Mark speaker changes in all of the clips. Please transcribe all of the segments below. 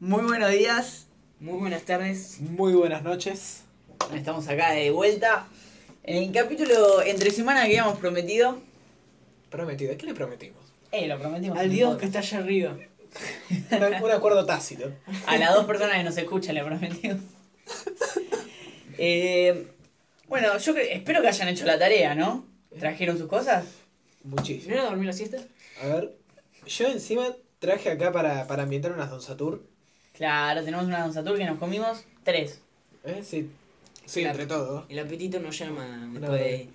Speaker 1: Muy buenos días,
Speaker 2: Muy buenas tardes.
Speaker 3: Muy buenas noches.
Speaker 1: estamos acá de vuelta. En el capítulo entre semana que habíamos prometido.
Speaker 3: Prometido. ¿Qué le prometimos?
Speaker 1: Eh, lo prometimos.
Speaker 2: Al Dios que está allá arriba.
Speaker 3: Una- un acuerdo tácito.
Speaker 1: A las dos personas que nos escuchan le prometimos. Eh, bueno, yo cre- espero que hayan hecho la tarea, ¿no? ¿Trajeron sus cosas?
Speaker 2: ¿No
Speaker 3: Muchísimo.
Speaker 2: era dormir la siesta?
Speaker 3: A ver, yo encima traje acá para, para ambientar unas Don Satur.
Speaker 1: Claro, tenemos una danza tour que nos comimos tres.
Speaker 3: ¿Eh? Sí. Sí,
Speaker 2: Claro.
Speaker 3: entre todo.
Speaker 2: El apetito nos llama después
Speaker 3: No, no.
Speaker 2: de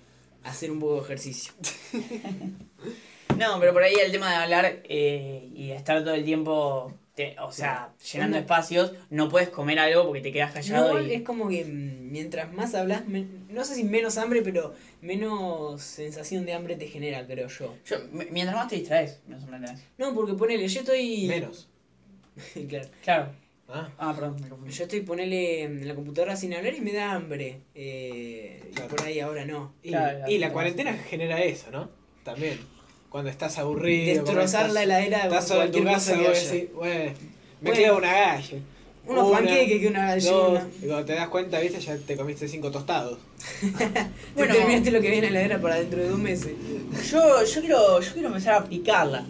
Speaker 2: hacer un poco de ejercicio.
Speaker 1: No, pero por ahí el tema de hablar eh, y estar todo el tiempo, te- o sea, llenando
Speaker 2: Ujú.
Speaker 1: espacios, no puedes comer algo porque te quedas callado
Speaker 2: No,
Speaker 1: y...
Speaker 2: es como que mm, mientras más hablas, men- no sé si menos hambre, pero menos sensación de hambre te genera, creo yo.
Speaker 1: Yo, m- mientras más te distraes, me sorprendes.
Speaker 2: No, porque ponele, yo estoy.
Speaker 3: Menos.
Speaker 2: claro.
Speaker 1: Claro.
Speaker 3: Ah,
Speaker 1: Ah, perdón, me confundí.
Speaker 2: Yo estoy ponele en la computadora sin hablar y me da hambre. Eh, y
Speaker 3: Claro.
Speaker 2: por ahí ahora no.
Speaker 3: y,
Speaker 1: Claro, claro,
Speaker 3: y
Speaker 1: claro.
Speaker 3: la cuarentena genera eso, ¿no? También. Cuando estás aburrido.
Speaker 2: Destrozar
Speaker 3: cuando
Speaker 2: la
Speaker 3: estás-
Speaker 2: heladera
Speaker 3: Estás
Speaker 2: con
Speaker 3: solo en tu
Speaker 2: cualquier cosa
Speaker 3: casa
Speaker 2: que
Speaker 3: vos
Speaker 2: haya.
Speaker 3: decís, bueno, me
Speaker 2: Bueno.
Speaker 3: queda una galla.
Speaker 2: Unos
Speaker 3: Una,
Speaker 2: panqueques que una gallina.
Speaker 3: Dos. Y cuando te das cuenta, viste, ya te comiste cinco tostados.
Speaker 2: Te
Speaker 1: Bueno.
Speaker 2: terminaste lo que viene a la heladera para dentro de dos meses.
Speaker 1: Yo, yo quiero, yo quiero empezar a aplicarla.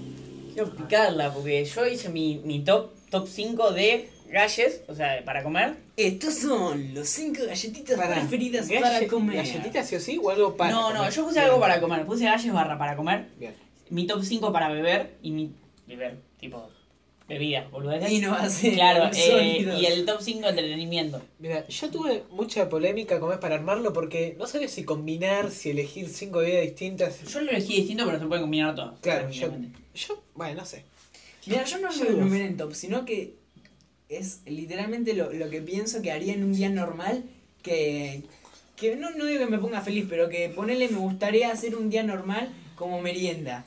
Speaker 1: Quiero aplicarla porque yo hice mi, mi top top 5 de galles, o sea, para comer.
Speaker 2: Estos son los cinco galletitas
Speaker 3: Pará,
Speaker 2: preferidas
Speaker 3: galle-
Speaker 2: para comer.
Speaker 3: ¿Galletitas sí o sí o algo para
Speaker 1: no, no,
Speaker 3: comer?
Speaker 1: yo puse
Speaker 3: Bien.
Speaker 1: algo para comer. Puse galles barra para comer,
Speaker 3: Bien.
Speaker 1: mi top 5 para beber y mi. beber, tipo. bebida, boludeces.
Speaker 2: Y no hace.
Speaker 1: Claro, eh,
Speaker 2: sólidos.
Speaker 1: y el top 5 entretenimiento.
Speaker 3: Mira, yo tuve mucha polémica con es para armarlo porque no sabía si combinar, si elegir cinco bebidas distintas.
Speaker 1: Yo lo elegí distinto, pero se pueden combinar todos.
Speaker 3: Claro, yo,
Speaker 1: tranquilamente.
Speaker 3: yo, bueno, no sé.
Speaker 2: Mira, yo no
Speaker 3: Yo
Speaker 2: lo
Speaker 3: no.
Speaker 2: comer en top, sino que es literalmente lo, lo que pienso que haría en un día normal. Que, que no, no digo que me ponga feliz, pero que ponele me gustaría hacer un día normal como merienda.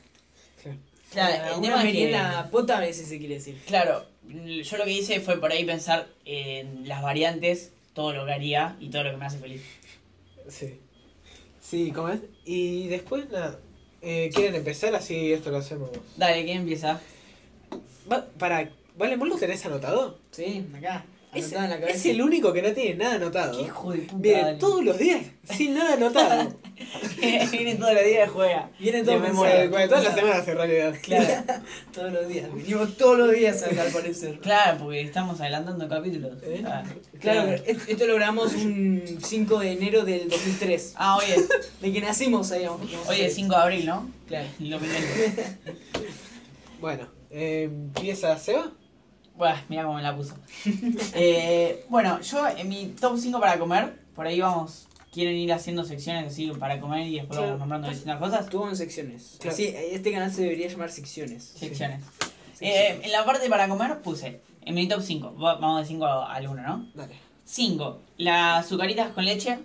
Speaker 1: Claro, el
Speaker 2: una
Speaker 1: tema es que-
Speaker 2: merienda potable, si se quiere decir.
Speaker 1: Claro, yo lo que hice fue por ahí pensar en las variantes, todo lo que haría y todo lo que me hace feliz.
Speaker 3: Sí. Sí, ¿cómo es? Y después, nada. eh, ¿Quieren empezar? Así esto lo hacemos.
Speaker 1: Dale, ¿quién empieza?
Speaker 3: Va- para, ¿Vale? ¿Vos lo tenés anotado?
Speaker 2: Sí, acá.
Speaker 3: Es,
Speaker 2: anotado en la cabeza.
Speaker 3: es el único que no tiene nada anotado.
Speaker 1: ¿Qué hijo de puta?
Speaker 3: Viene
Speaker 1: dale.
Speaker 3: todos los días sin nada anotado.
Speaker 1: Viene todos los días de juega.
Speaker 2: Viene
Speaker 3: De
Speaker 2: todo
Speaker 3: memoria,
Speaker 2: pensado.
Speaker 3: eh, todas las semanas en realidad.
Speaker 1: Claro,
Speaker 2: Todos los días. Venimos todos los días acá, al parecer.
Speaker 1: claro, porque estamos adelantando capítulos.
Speaker 3: ¿Eh?
Speaker 1: Ah,
Speaker 2: Claro, est- esto lo grabamos un 5 de enero del 2003.
Speaker 1: Ah, hoy es,
Speaker 2: De que nacimos, sabíamos. que íbamos a
Speaker 1: hoy es
Speaker 2: hacer
Speaker 1: 5 de abril, ¿no?
Speaker 2: esto. Claro.
Speaker 1: Lo que tengo.
Speaker 3: Bueno, eh, ¿empieza Seba?
Speaker 1: Buah, mira cómo me la puso. Eh, bueno, yo en mi top 5 para comer, por ahí vamos. ¿Quieren ir haciendo secciones así para comer y después
Speaker 2: Claro.
Speaker 1: vamos nombrando distintas cosas?
Speaker 2: Estuvo en secciones.
Speaker 3: Claro.
Speaker 2: Sí, este canal se debería llamar secciones.
Speaker 1: Secciones.
Speaker 2: Sí,
Speaker 1: Eh, en la parte para comer puse, en mi top 5, vamos de 5 al 1, ¿no?
Speaker 3: Dale.
Speaker 1: 5, las azucaritas con leche,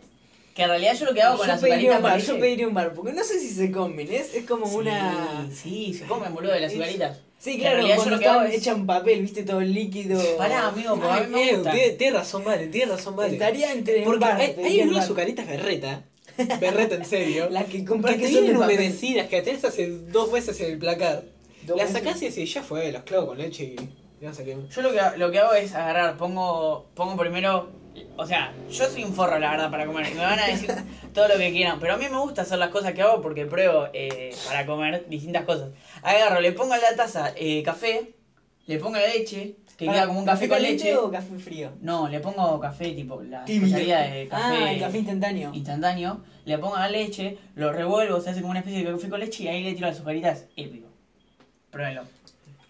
Speaker 1: que en realidad yo lo que hago con
Speaker 2: yo
Speaker 1: las
Speaker 2: pediría
Speaker 1: azucaritas
Speaker 2: un
Speaker 1: con
Speaker 2: bar,
Speaker 1: leche...
Speaker 2: yo pediría un bar, porque no sé si se comen, es, es como
Speaker 1: Sí,
Speaker 2: una...
Speaker 1: Sí, se comen, boludo, de las azucaritas.
Speaker 2: Sí,
Speaker 1: En
Speaker 2: claro,
Speaker 1: realidad yo
Speaker 2: cuando
Speaker 1: lo que hago
Speaker 2: están-
Speaker 1: es-
Speaker 2: echan papel, viste, todo el líquido...
Speaker 1: Pará, amigo, porque a mí me
Speaker 3: Amigo,
Speaker 1: gusta.
Speaker 3: tiene- tiene razón, vale, tiene razón, vale.
Speaker 2: Estaría entre un
Speaker 3: Porque
Speaker 2: bar,
Speaker 3: hay, hay
Speaker 2: pediría un
Speaker 3: algunas
Speaker 2: bar.
Speaker 3: azucaritas berreta. Berreta, en serio.
Speaker 2: Las que
Speaker 3: que
Speaker 2: compras
Speaker 3: te
Speaker 2: que son de
Speaker 3: vienen
Speaker 2: papel.
Speaker 3: humedecidas, que tenés hace dos veces en el placar.
Speaker 2: Dos
Speaker 3: Las
Speaker 2: veces.
Speaker 3: sacás y decís, ya fue, los clavo con leche y no sé qué.
Speaker 1: Yo lo que, lo que hago es agarrar, pongo, pongo primero. O sea, yo soy un forro, la verdad, para comer. Me van a decir todo lo que quieran. Pero a mí me gusta hacer las cosas que hago porque pruebo eh, para comer distintas cosas. Agarro, le pongo en la taza eh, café, le pongo la leche, que
Speaker 2: Pará,
Speaker 1: queda como un café, con
Speaker 2: caliente
Speaker 1: leche.
Speaker 2: o café frío?
Speaker 1: No, le pongo café, tipo, la
Speaker 2: Tibio.
Speaker 1: especialidad de café,
Speaker 2: Ah, el café instantáneo.
Speaker 1: instantáneo. Le pongo la leche, lo revuelvo, se hace como una especie de café con leche y ahí le tiro las azucaritas. Épico. Pruébenlo.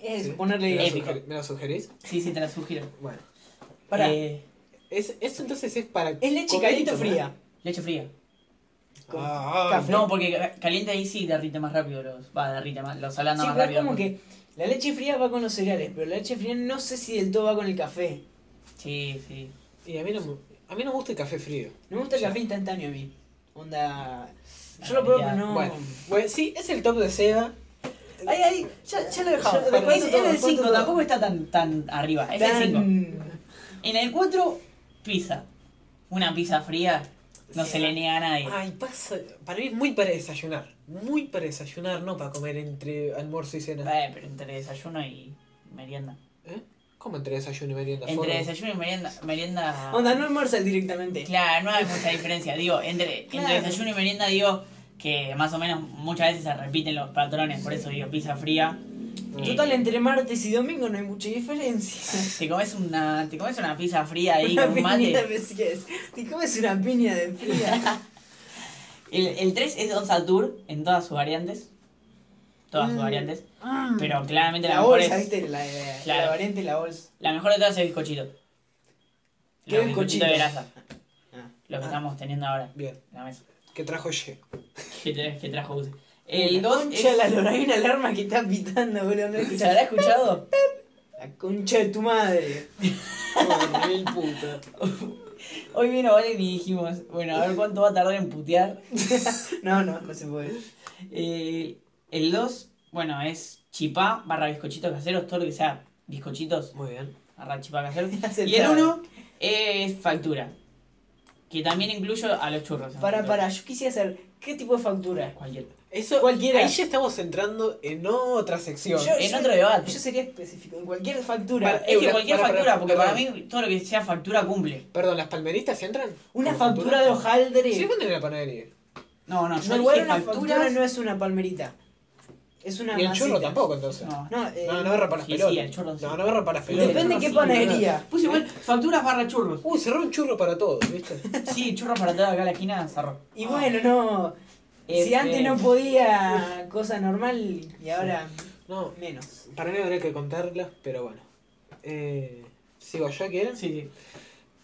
Speaker 2: Es
Speaker 3: Sí.
Speaker 2: ponerle...
Speaker 3: ¿Me lo,
Speaker 1: Épico.
Speaker 3: suger- me lo sugerís?
Speaker 1: Sí, sí, te las sugiero.
Speaker 3: Bueno.
Speaker 2: Pará.
Speaker 1: Eh,
Speaker 3: Es, eso entonces es para.
Speaker 2: Es leche
Speaker 3: comer y
Speaker 2: caliente o
Speaker 3: tomar.
Speaker 2: fría.
Speaker 1: leche fría.
Speaker 2: Con
Speaker 3: Ah,
Speaker 2: café.
Speaker 1: No, porque ca- caliente ahí sí derrite más rápido los. Va, derrite más, los
Speaker 2: Sí,
Speaker 1: ablanda más
Speaker 2: pero es
Speaker 1: rápido.
Speaker 2: como que la leche fría va con los cereales, pero la leche fría no sé si del todo va con el café.
Speaker 1: Sí, sí.
Speaker 3: Y a mí, no, me- a mí no me gusta el café frío.
Speaker 2: No me gusta el
Speaker 3: Ya.
Speaker 2: café instantáneo a mí. Onda.
Speaker 1: Ah,
Speaker 2: Yo lo pruebo, pero no.
Speaker 3: Bueno, bueno, sí, es el top de Seba.
Speaker 1: Ahí, ahí, ya, ya lo dejamos.
Speaker 2: Ya, ¿cuánto
Speaker 1: Es, es
Speaker 2: todo?
Speaker 1: el
Speaker 2: ¿Cuánto
Speaker 1: 5,
Speaker 2: todo?
Speaker 1: tampoco está tan, tan arriba. Es el 5.
Speaker 2: Tan-
Speaker 1: En el 4, pizza. Una pizza fría no se le niega a nadie.
Speaker 3: Ay, pasa. Para mí es muy para desayunar. Muy para desayunar, no para comer entre almuerzo y cena.
Speaker 1: Eh, pero entre desayuno y merienda.
Speaker 3: ¿Eh? ¿Cómo entre desayuno y merienda?
Speaker 1: Entre
Speaker 3: forro?
Speaker 1: desayuno y merienda. merienda...
Speaker 2: Ah. Onda, no almuerza directamente.
Speaker 1: Claro, no hay mucha diferencia. Digo, entre,
Speaker 2: Claro.
Speaker 1: entre desayuno y merienda, digo que más o menos muchas veces se repiten los patrones. Por eso digo pizza fría.
Speaker 2: Total,
Speaker 1: Eh,
Speaker 2: entre martes y domingo no hay mucha diferencia.
Speaker 1: Te comes una, te comes una pizza fría ahí con un
Speaker 2: piña
Speaker 1: mate.
Speaker 2: de pies. ¿Y cómo es una piña de fría?
Speaker 1: El, el 3 es Don Satur en todas sus variantes. Todas sus
Speaker 2: Mm.
Speaker 1: variantes. Pero claramente la,
Speaker 2: la
Speaker 1: mejor
Speaker 2: bolsa,
Speaker 1: es-
Speaker 2: ¿viste? La, la,
Speaker 1: Claro.
Speaker 2: la variante de la bolsa.
Speaker 1: La mejor de todas es bizcochito.
Speaker 2: ¿Qué
Speaker 1: Los
Speaker 2: bizcochito?
Speaker 1: bizcochitos de grasa.
Speaker 2: Ah.
Speaker 1: Lo que estamos teniendo ahora
Speaker 3: Bien.
Speaker 1: en la mesa.
Speaker 3: ¿Qué trajo Ye?
Speaker 1: Que, tra- que trajo Use. El 2 es...
Speaker 2: Concha de la lora, hay una alarma que está pitando, boludo. No
Speaker 1: ¿Se
Speaker 2: escuchás.
Speaker 1: habrá escuchado?
Speaker 2: La concha de tu madre.
Speaker 3: Joder, mil puta.
Speaker 1: Hoy vino Valen y dijimos, bueno, a ver cuánto va a tardar en putear.
Speaker 2: No, no, no se puede.
Speaker 1: Eh, el 2, bueno, es chipá barra bizcochitos caseros, todo lo que sea bizcochitos
Speaker 3: Muy bien.
Speaker 1: barra chipá caseros.
Speaker 2: Hace
Speaker 1: Y el
Speaker 2: tarde.
Speaker 1: 1 es factura, que también incluyo a los churros. en
Speaker 2: Para,
Speaker 1: factura.
Speaker 2: para, yo quisiera saber qué tipo de factura.
Speaker 1: Cualquier.
Speaker 3: Eso,
Speaker 2: Cualquiera.
Speaker 3: Ahí ya estamos entrando en otra sección.
Speaker 2: Yo-
Speaker 1: En otro debate.
Speaker 2: Yo sería específico, en cualquier factura.
Speaker 3: Para-
Speaker 1: Es que
Speaker 3: Eura,
Speaker 1: cualquier
Speaker 3: para, para,
Speaker 1: factura, porque
Speaker 3: para.
Speaker 1: para mí todo lo que sea factura cumple.
Speaker 3: Perdón, ¿las palmeristas entran?
Speaker 2: una
Speaker 3: ¿Como
Speaker 2: factura de hojaldre.
Speaker 3: Sí, venden en la panadería.
Speaker 1: No, no, yo
Speaker 2: No,
Speaker 1: dije
Speaker 2: igual una
Speaker 1: facturas.
Speaker 2: factura no es una palmerita. Es una
Speaker 3: Y el churro
Speaker 2: masita.
Speaker 3: tampoco, entonces. No,
Speaker 1: No.
Speaker 2: No, eh,
Speaker 3: no, agarra para las
Speaker 1: Sí,
Speaker 3: pelotas.
Speaker 1: sí, el churro sí.
Speaker 3: No, no agarra para las pelotas.
Speaker 2: Depende
Speaker 1: El
Speaker 2: qué
Speaker 1: churro sí,
Speaker 2: panadería.
Speaker 1: Puse igual facturas barra churros.
Speaker 3: Uy, cerró un churro para todos, ¿viste?
Speaker 1: Sí, churros para toda acá la esquina, cerró.
Speaker 2: Y
Speaker 3: Ah.
Speaker 2: bueno, no. Si
Speaker 1: Este-
Speaker 2: antes no podía, cosa normal, y ahora
Speaker 3: No,
Speaker 2: menos.
Speaker 3: para mí habría que contarlas, pero bueno. Eh, ¿Sigo yo, quieren?
Speaker 1: Sí, sí.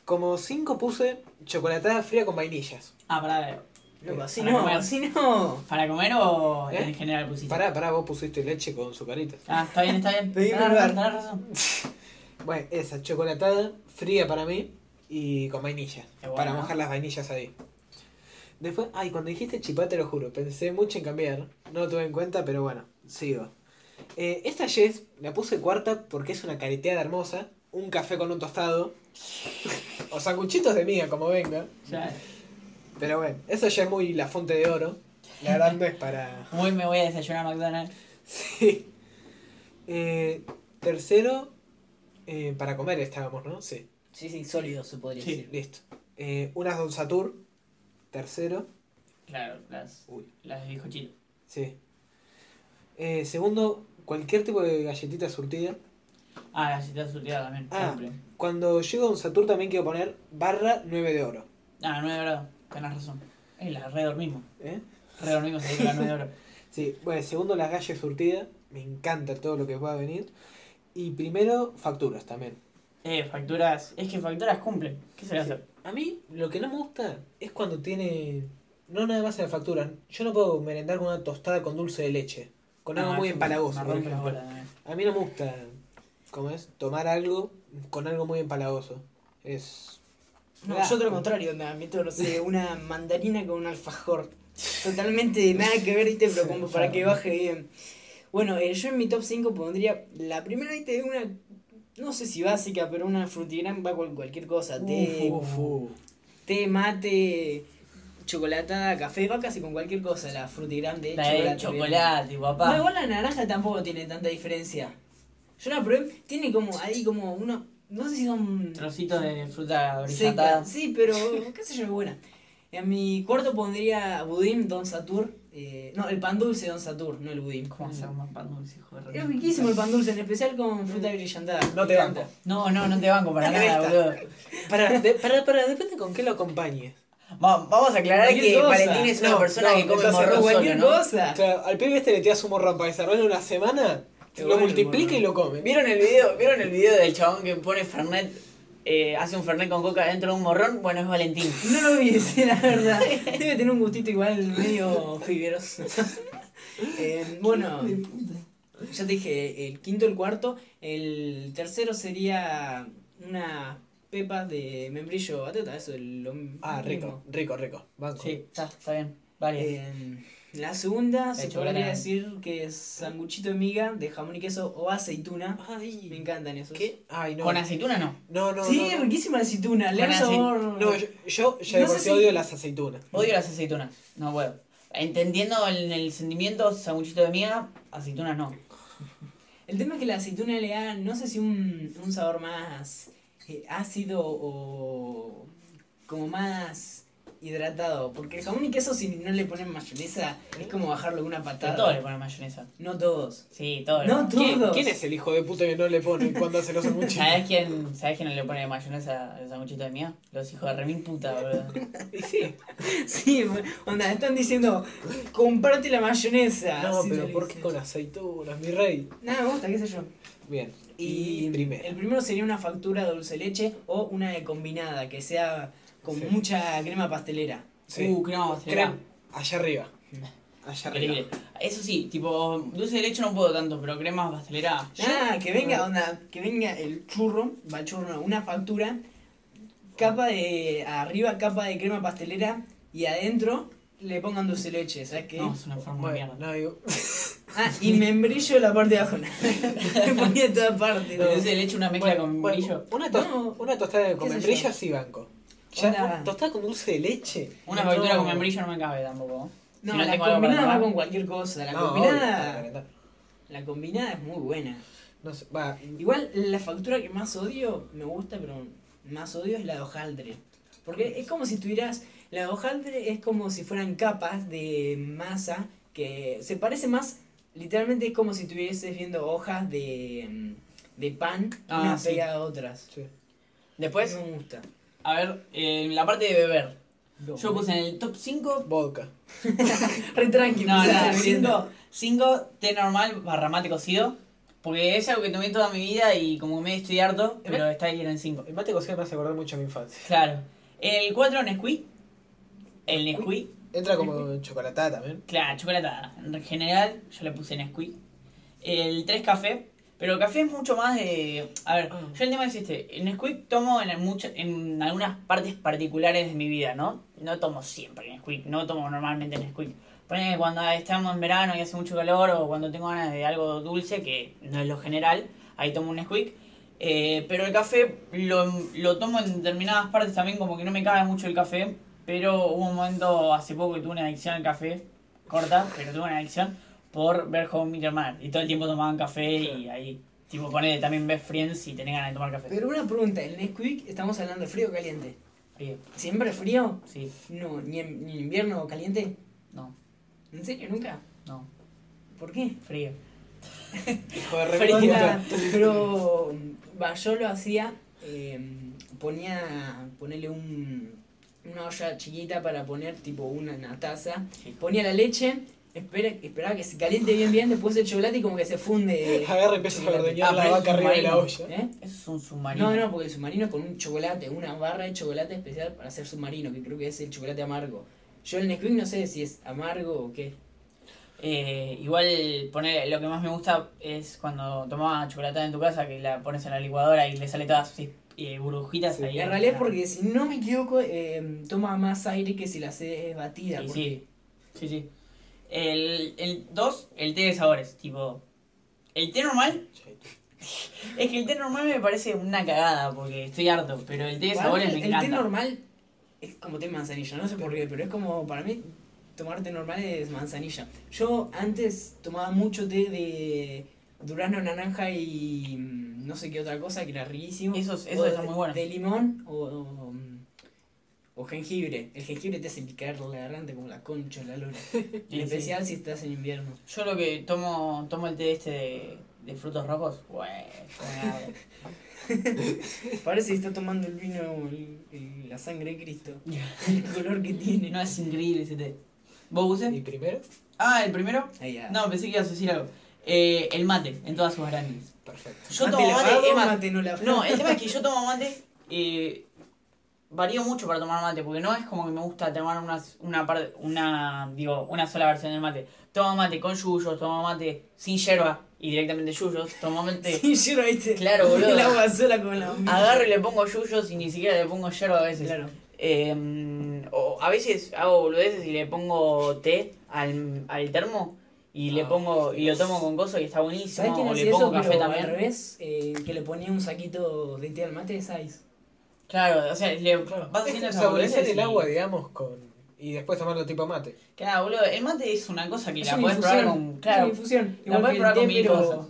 Speaker 3: Como 5 puse chocolatada fría con vainillas.
Speaker 1: Ah, pará,
Speaker 2: Loco, así
Speaker 1: Para
Speaker 2: no,
Speaker 1: comer.
Speaker 2: así no.
Speaker 1: ¿para comer o
Speaker 3: ¿Eh?
Speaker 1: en general pusiste?
Speaker 3: Pará, pará, vos pusiste leche con sucaritas.
Speaker 1: Ah, está bien, está bien.
Speaker 2: Pedime
Speaker 1: Tenés
Speaker 2: un
Speaker 1: razón,
Speaker 2: lugar.
Speaker 1: tenés razón.
Speaker 3: Bueno, esa, chocolatada fría para mí y con vainilla.
Speaker 1: Qué bueno,
Speaker 3: para
Speaker 1: ¿no?
Speaker 3: mojar las vainillas ahí. Después, ay, cuando dijiste chipá, te lo juro, pensé mucho en cambiar. No lo tuve en cuenta, pero bueno, sigo. Eh, esta Jess la puse cuarta porque es una careteada hermosa. Un café con un tostado. o sanguchitos de miga, como venga.
Speaker 1: Ya,
Speaker 3: Pero bueno, eso ya es muy la fuente de oro. La verdad no es para...
Speaker 1: hoy me voy a desayunar a McDonald's.
Speaker 3: Sí. Eh, tercero, eh, para comer estábamos, ¿no? Sí.
Speaker 2: Sí, sí, sólido se podría
Speaker 1: Sí.
Speaker 2: decir.
Speaker 3: Listo. Eh, unas Don Satur. Tercero.
Speaker 1: Claro, las,
Speaker 3: Uy.
Speaker 1: las de bizcochito.
Speaker 3: Sí. Eh, segundo, cualquier tipo de galletita surtida.
Speaker 1: Ah, galletitas surtidas también,
Speaker 3: Ah.
Speaker 1: siempre.
Speaker 3: Cuando llego a Don Satur también quiero poner barra 9 de oro.
Speaker 1: Ah, 9 de oro, tenés razón. Eh, la redormimos.
Speaker 3: ¿eh?
Speaker 1: Redormimos ahí con la 9 de oro.
Speaker 3: Sí, bueno, segundo las galles surtidas. Me encanta todo lo que pueda venir. Y primero, facturas también.
Speaker 1: Eh, facturas. Es que facturas cumplen. ¿Qué se le hace?
Speaker 3: A mí lo que no me gusta es cuando tiene... No nada más en la factura. Yo no puedo merendar con una tostada con dulce de leche. Con algo
Speaker 1: Ah,
Speaker 3: muy
Speaker 1: eso
Speaker 3: empalagoso.
Speaker 1: me
Speaker 3: por
Speaker 1: rompe la
Speaker 3: ejemplo.
Speaker 1: bola, eh.
Speaker 3: A mí no me gusta, ¿cómo es? Tomar algo con algo muy empalagoso. Es.
Speaker 2: No,
Speaker 3: Ah.
Speaker 2: yo todo lo contrario, me meto, no sé, una mandarina con un alfajor. Totalmente nada que ver, ¿viste? Pero como para que baje bien. Bueno, eh, yo en mi top 5 pondría la primera, ¿viste? Una, no sé si básica, pero una frutigran va con cualquier cosa. Té,
Speaker 3: Uf, uf.
Speaker 2: té, mate, chocolatada, café, va casi con cualquier cosa. La frutigran de
Speaker 1: La de chocolate, papá.
Speaker 2: No, igual la naranja tampoco tiene tanta diferencia. Yo la probé, tiene como, ahí como uno, no sé si son...
Speaker 1: Trocitos de fruta
Speaker 2: Seca.
Speaker 1: brillantada.
Speaker 2: Sí, pero qué sé yo, es buena. En mi cuarto pondría budín Don Satur. eh, no, el pan dulce Don Satur, no el budín.
Speaker 1: ¿Cómo se llama pan dulce, hijo de re-
Speaker 2: Es riquísimo el pan dulce, en especial con fruta brillantada.
Speaker 3: No te
Speaker 2: Me
Speaker 3: banco.
Speaker 2: encanta.
Speaker 1: No, no, no te banco para
Speaker 3: La
Speaker 1: nada,
Speaker 3: cresta.
Speaker 1: boludo.
Speaker 3: Pará, de- pará, pará, depende con qué lo acompañes.
Speaker 1: Va- vamos a aclarar
Speaker 2: Cualquier
Speaker 1: que
Speaker 2: cosa.
Speaker 1: Valentín es una
Speaker 3: No,
Speaker 1: persona
Speaker 3: no,
Speaker 1: que come
Speaker 3: entonces,
Speaker 1: morrón solo,
Speaker 2: Cualquier
Speaker 1: ¿no?
Speaker 2: cosa.
Speaker 3: O sea, al pibe este le tiras un rompa de en una semana,
Speaker 2: Qué
Speaker 3: lo
Speaker 2: bueno,
Speaker 3: multiplica
Speaker 2: boludo.
Speaker 3: y lo come.
Speaker 1: ¿Vieron el video? ¿Vieron el video del chabón que pone Fernet? eh, hace un Fernet con coca dentro de un morrón. Bueno, es Valentín.
Speaker 2: No lo vi, sí, la verdad. Debe tener un gustito igual medio fibroso. Eh, bueno, ya te dije, el quinto, el cuarto. El tercero sería una pepas de membrillo batata, eso el lo
Speaker 3: Ah,
Speaker 2: mismo.
Speaker 3: rico, rico, rico. Banco.
Speaker 1: Sí, está, está bien. Varias.
Speaker 2: Eh, la segunda se podría
Speaker 1: chocolate.
Speaker 2: decir que es sanguchito de miga de jamón y queso o aceituna. Me
Speaker 3: Ay,
Speaker 2: encantan esos.
Speaker 3: ¿qué? Ay, no.
Speaker 1: Con aceituna no.
Speaker 3: No, no,
Speaker 2: Sí,
Speaker 3: no, no.
Speaker 2: riquísima la aceituna, le da un
Speaker 1: Con ace-
Speaker 2: sabor.
Speaker 3: No, yo, yo ya
Speaker 2: No
Speaker 3: de por
Speaker 2: sé
Speaker 3: sí
Speaker 2: si-
Speaker 3: odio las aceitunas.
Speaker 1: Odio las aceitunas. No puedo. Entendiendo el, el sentimiento, sanguchito de miga, aceitunas no.
Speaker 2: El tema es que la aceituna le da, no sé si un, un sabor más eh, ácido o como más hidratado. Porque el jamón y queso, si no le ponen mayonesa, es como bajarlo de una patada.
Speaker 1: Todos le ponen mayonesa.
Speaker 2: No todos.
Speaker 1: Sí, todos.
Speaker 2: No,
Speaker 1: ¿Sabes
Speaker 3: ¿Quién,
Speaker 2: todos.
Speaker 3: quién es el hijo de puta que no le pone cuando hace los
Speaker 2: Ah,
Speaker 3: sándwiches?
Speaker 1: ¿Sabés quién, ¿Sabés quién le pone mayonesa a los sanguchitos de mía? Los hijos de Remín puta, boludo.
Speaker 3: Y sí.
Speaker 2: Sí, onda, están diciendo, comparte la mayonesa.
Speaker 3: No,
Speaker 2: así
Speaker 3: pero
Speaker 2: te
Speaker 3: ¿por qué
Speaker 2: dicen.
Speaker 3: con aceitunas, mi rey?
Speaker 2: Nada, me gusta, qué sé yo.
Speaker 3: Bien.
Speaker 2: Y
Speaker 3: Y, primero.
Speaker 2: El primero sería una factura de dulce leche o una de combinada, que sea con
Speaker 3: Sí.
Speaker 2: mucha crema pastelera.
Speaker 3: Sí.
Speaker 1: Uh, crema pastelera.
Speaker 3: Crema. Allá arriba. Allá arriba.
Speaker 1: Increíble. Eso sí, tipo, dulce de leche no puedo tanto, pero crema pastelera.
Speaker 2: Nada, Ah, que
Speaker 3: Ah.
Speaker 2: venga, onda, que venga el churro, va el churro, no, una factura, capa de, arriba capa de crema pastelera y adentro le pongan dulce leche, ¿sabes qué?
Speaker 1: No, es una forma de
Speaker 3: Bueno,
Speaker 1: mierda.
Speaker 3: no, digo.
Speaker 2: Ah, y membrillo la parte de abajo. me ponía en toda parte.
Speaker 1: El Dulce de leche una mezcla con
Speaker 3: Bueno,
Speaker 1: brillo.
Speaker 3: Una, tos-
Speaker 2: No.
Speaker 3: una tostada con
Speaker 2: ¿Qué sé
Speaker 3: membrillo
Speaker 2: yo?
Speaker 3: sí banco.
Speaker 2: Ya.
Speaker 3: Ya, tostada con dulce de leche.
Speaker 1: Una
Speaker 3: No.
Speaker 1: factura con membrillo no me cabe tampoco.
Speaker 2: No,
Speaker 1: Si no
Speaker 2: la
Speaker 1: tengo algo para
Speaker 2: combinada va
Speaker 1: tomar.
Speaker 2: con cualquier cosa, la
Speaker 3: No, obvio,
Speaker 2: combinada.
Speaker 3: para calentar.
Speaker 2: La combinada es muy buena.
Speaker 3: No sé, va.
Speaker 2: Igual la factura que más odio, me gusta, pero más odio es la de hojaldre. Porque es como si tuvieras. La de hojaldre es como si fueran capas de masa que se parece más. Literalmente es como si estuvieses viendo hojas de, mm, de pan
Speaker 1: Ah,
Speaker 2: unas
Speaker 1: sí.
Speaker 2: pegadas a otras.
Speaker 3: Sí.
Speaker 1: Después,
Speaker 2: no me gusta.
Speaker 1: a ver, eh, la parte de beber. Yo puse en el top 5.
Speaker 3: Vodka.
Speaker 2: Re tranqui,
Speaker 1: No,
Speaker 2: me
Speaker 1: nada,
Speaker 2: estás bebiendo.
Speaker 1: 5, 5 té normal barra mate cocido. Porque es algo que tomé toda mi vida y como me estoy harto, pero está ahí en el 5.
Speaker 3: El mate cocido me hace acordar mucho a mi infancia.
Speaker 1: Claro. El 4 Nesquik. El Nesquik.
Speaker 3: Entra como chocolatada también.
Speaker 1: Claro, chocolatada. En general, yo le puse Nesquik. El 3 café. Pero el café es mucho más de. A ver,
Speaker 3: Ah.
Speaker 1: yo el tema es este. El Nesquik tomo en, mucho- en algunas partes particulares de mi vida, ¿no? No tomo siempre Nesquik. No tomo normalmente Nesquik. Ponele que cuando estamos en verano y hace mucho calor o cuando tengo ganas de algo dulce, que no es lo general, ahí tomo un Nesquik. Eh, pero el café lo, lo tomo en determinadas partes también, como que no me cabe mucho el café. Pero hubo un momento hace poco que tuve una adicción al café, corta, pero tuve una adicción por ver How I Met Your Mother, Y todo el tiempo tomaban café y ahí, tipo, ponele también ves Friends y tenés ganas de tomar café.
Speaker 2: Pero una pregunta: ¿el Nesquik estamos hablando de frío o caliente?
Speaker 1: Frío,
Speaker 2: ¿Siempre frío?
Speaker 1: sí,
Speaker 2: No, ni en, ni en invierno caliente.
Speaker 1: no,
Speaker 2: ¿En serio? ¿Nunca?
Speaker 1: no,
Speaker 2: ¿Por qué?
Speaker 1: frío.
Speaker 3: Hijo de
Speaker 2: Pero,
Speaker 3: reputa.
Speaker 2: pero va, yo lo hacía, eh, ponía, ponerle un, una olla chiquita para poner tipo una, una taza,
Speaker 1: Sí.
Speaker 2: ponía la leche, espera, esperaba que se caliente bien bien, después el chocolate y como que se funde.
Speaker 3: Agarra y empieza a ordeñar
Speaker 1: Ah,
Speaker 3: la
Speaker 1: pero es
Speaker 3: vaca arriba de la
Speaker 1: submarino,
Speaker 3: olla.
Speaker 2: ¿Eh?
Speaker 1: Eso es un submarino.
Speaker 2: No, no, porque el submarino es con un chocolate, una barra de chocolate especial para hacer submarino, que creo que es el chocolate amargo. Yo el Nesquik no sé si es amargo o qué.
Speaker 1: Eh, igual poner lo que más me gusta es cuando tomás chocolatada en tu casa que la pones en la licuadora y le sale todas sus eh, burbujitas
Speaker 3: Sí,
Speaker 1: ahí.
Speaker 2: En realidad es porque si no me equivoco, eh, toma más aire que si la haces batida.
Speaker 1: Sí,
Speaker 2: porque-
Speaker 1: sí. Sí, sí. El, el dos, el té de sabores, tipo. El té normal, es que el té normal me parece una cagada porque estoy harto, pero el té de
Speaker 2: Para
Speaker 1: sabores
Speaker 2: mí
Speaker 1: me
Speaker 2: el
Speaker 1: encanta.
Speaker 2: té normal es como té manzanilla, no sé por qué, pero es como para mí tomar té normal es manzanilla. Yo antes tomaba mucho té de durazno, naranja y mm, no sé qué otra cosa que era riquísimo.
Speaker 1: Esos-
Speaker 2: O
Speaker 1: esos
Speaker 2: de-
Speaker 1: están muy buenos.
Speaker 2: De limón o, o, mm, o jengibre. El jengibre te hace picar la garganta como la concha, de la lora. en
Speaker 1: Sí, sí.
Speaker 2: especial si estás en invierno.
Speaker 1: Yo lo que tomo, tomo el té este de, de frutos rojos, güey, yo me abro.
Speaker 2: Parece que está tomando el vino, el- el- la sangre de Cristo. El color que tiene.
Speaker 1: No, es increíble ese té. ¿Vos
Speaker 3: ¿Y
Speaker 1: usé?
Speaker 3: primero?
Speaker 1: Ah, el primero.
Speaker 2: Ahí, ah.
Speaker 1: No, pensé que ibas a decir algo. Eh, el mate, en todas sus grandes.
Speaker 3: Perfecto.
Speaker 1: Yo
Speaker 2: Mate
Speaker 1: tomo
Speaker 2: lavado,
Speaker 1: mate, es más,
Speaker 2: mate no lavado.
Speaker 1: No, el tema es que yo tomo mate. Eh, varío mucho para tomar mate, porque no es como que me gusta tomar una, una, par- una, digo, una sola versión del mate. Tomo mate con yuyos, tomo mate sin yerba y directamente yuyos. Tomo mate.
Speaker 2: Sí, yo lo viste.
Speaker 1: Claro, boludo.
Speaker 2: El agua sola con la
Speaker 1: Agarro y le pongo yuyos y ni siquiera le pongo yerba a veces.
Speaker 2: Claro.
Speaker 1: Eh, o a veces hago boludeces y le pongo té al, al termo y le
Speaker 3: Ah,
Speaker 1: pongo y lo
Speaker 3: Dios.
Speaker 1: tomo con coso y está
Speaker 2: ¿Sabes
Speaker 1: buenísimo.
Speaker 2: quién
Speaker 1: O
Speaker 2: hacía
Speaker 1: le pongo
Speaker 2: eso?
Speaker 1: café
Speaker 2: Pero
Speaker 1: también.
Speaker 2: al revés, eh, que le ponía un saquito de té al mate, ¿sabes?
Speaker 1: Claro, o sea, le
Speaker 3: Claro.
Speaker 1: vas haciendo
Speaker 3: Es
Speaker 1: esas boludeces
Speaker 3: saborecer el
Speaker 1: y-
Speaker 3: agua, digamos, con. Y después tomarlo tipo mate.
Speaker 1: Claro, boludo, el mate es una cosa que
Speaker 2: Es
Speaker 1: la
Speaker 2: una
Speaker 1: podés probar
Speaker 2: infusión,
Speaker 1: con.
Speaker 2: Es una
Speaker 1: Claro,
Speaker 2: infusión.
Speaker 1: la podés
Speaker 2: que el
Speaker 1: probar
Speaker 2: té,
Speaker 1: con mil
Speaker 2: pero
Speaker 1: cosas.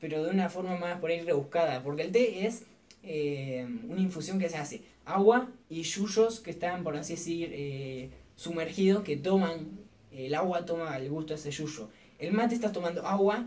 Speaker 2: pero de una forma más por ahí rebuscada, porque el té es eh, una infusión que se hace agua y yuyos que están, por así decir, eh, sumergidos, que toman, eh, el agua toma el gusto de ese yuyo. El mate estás tomando agua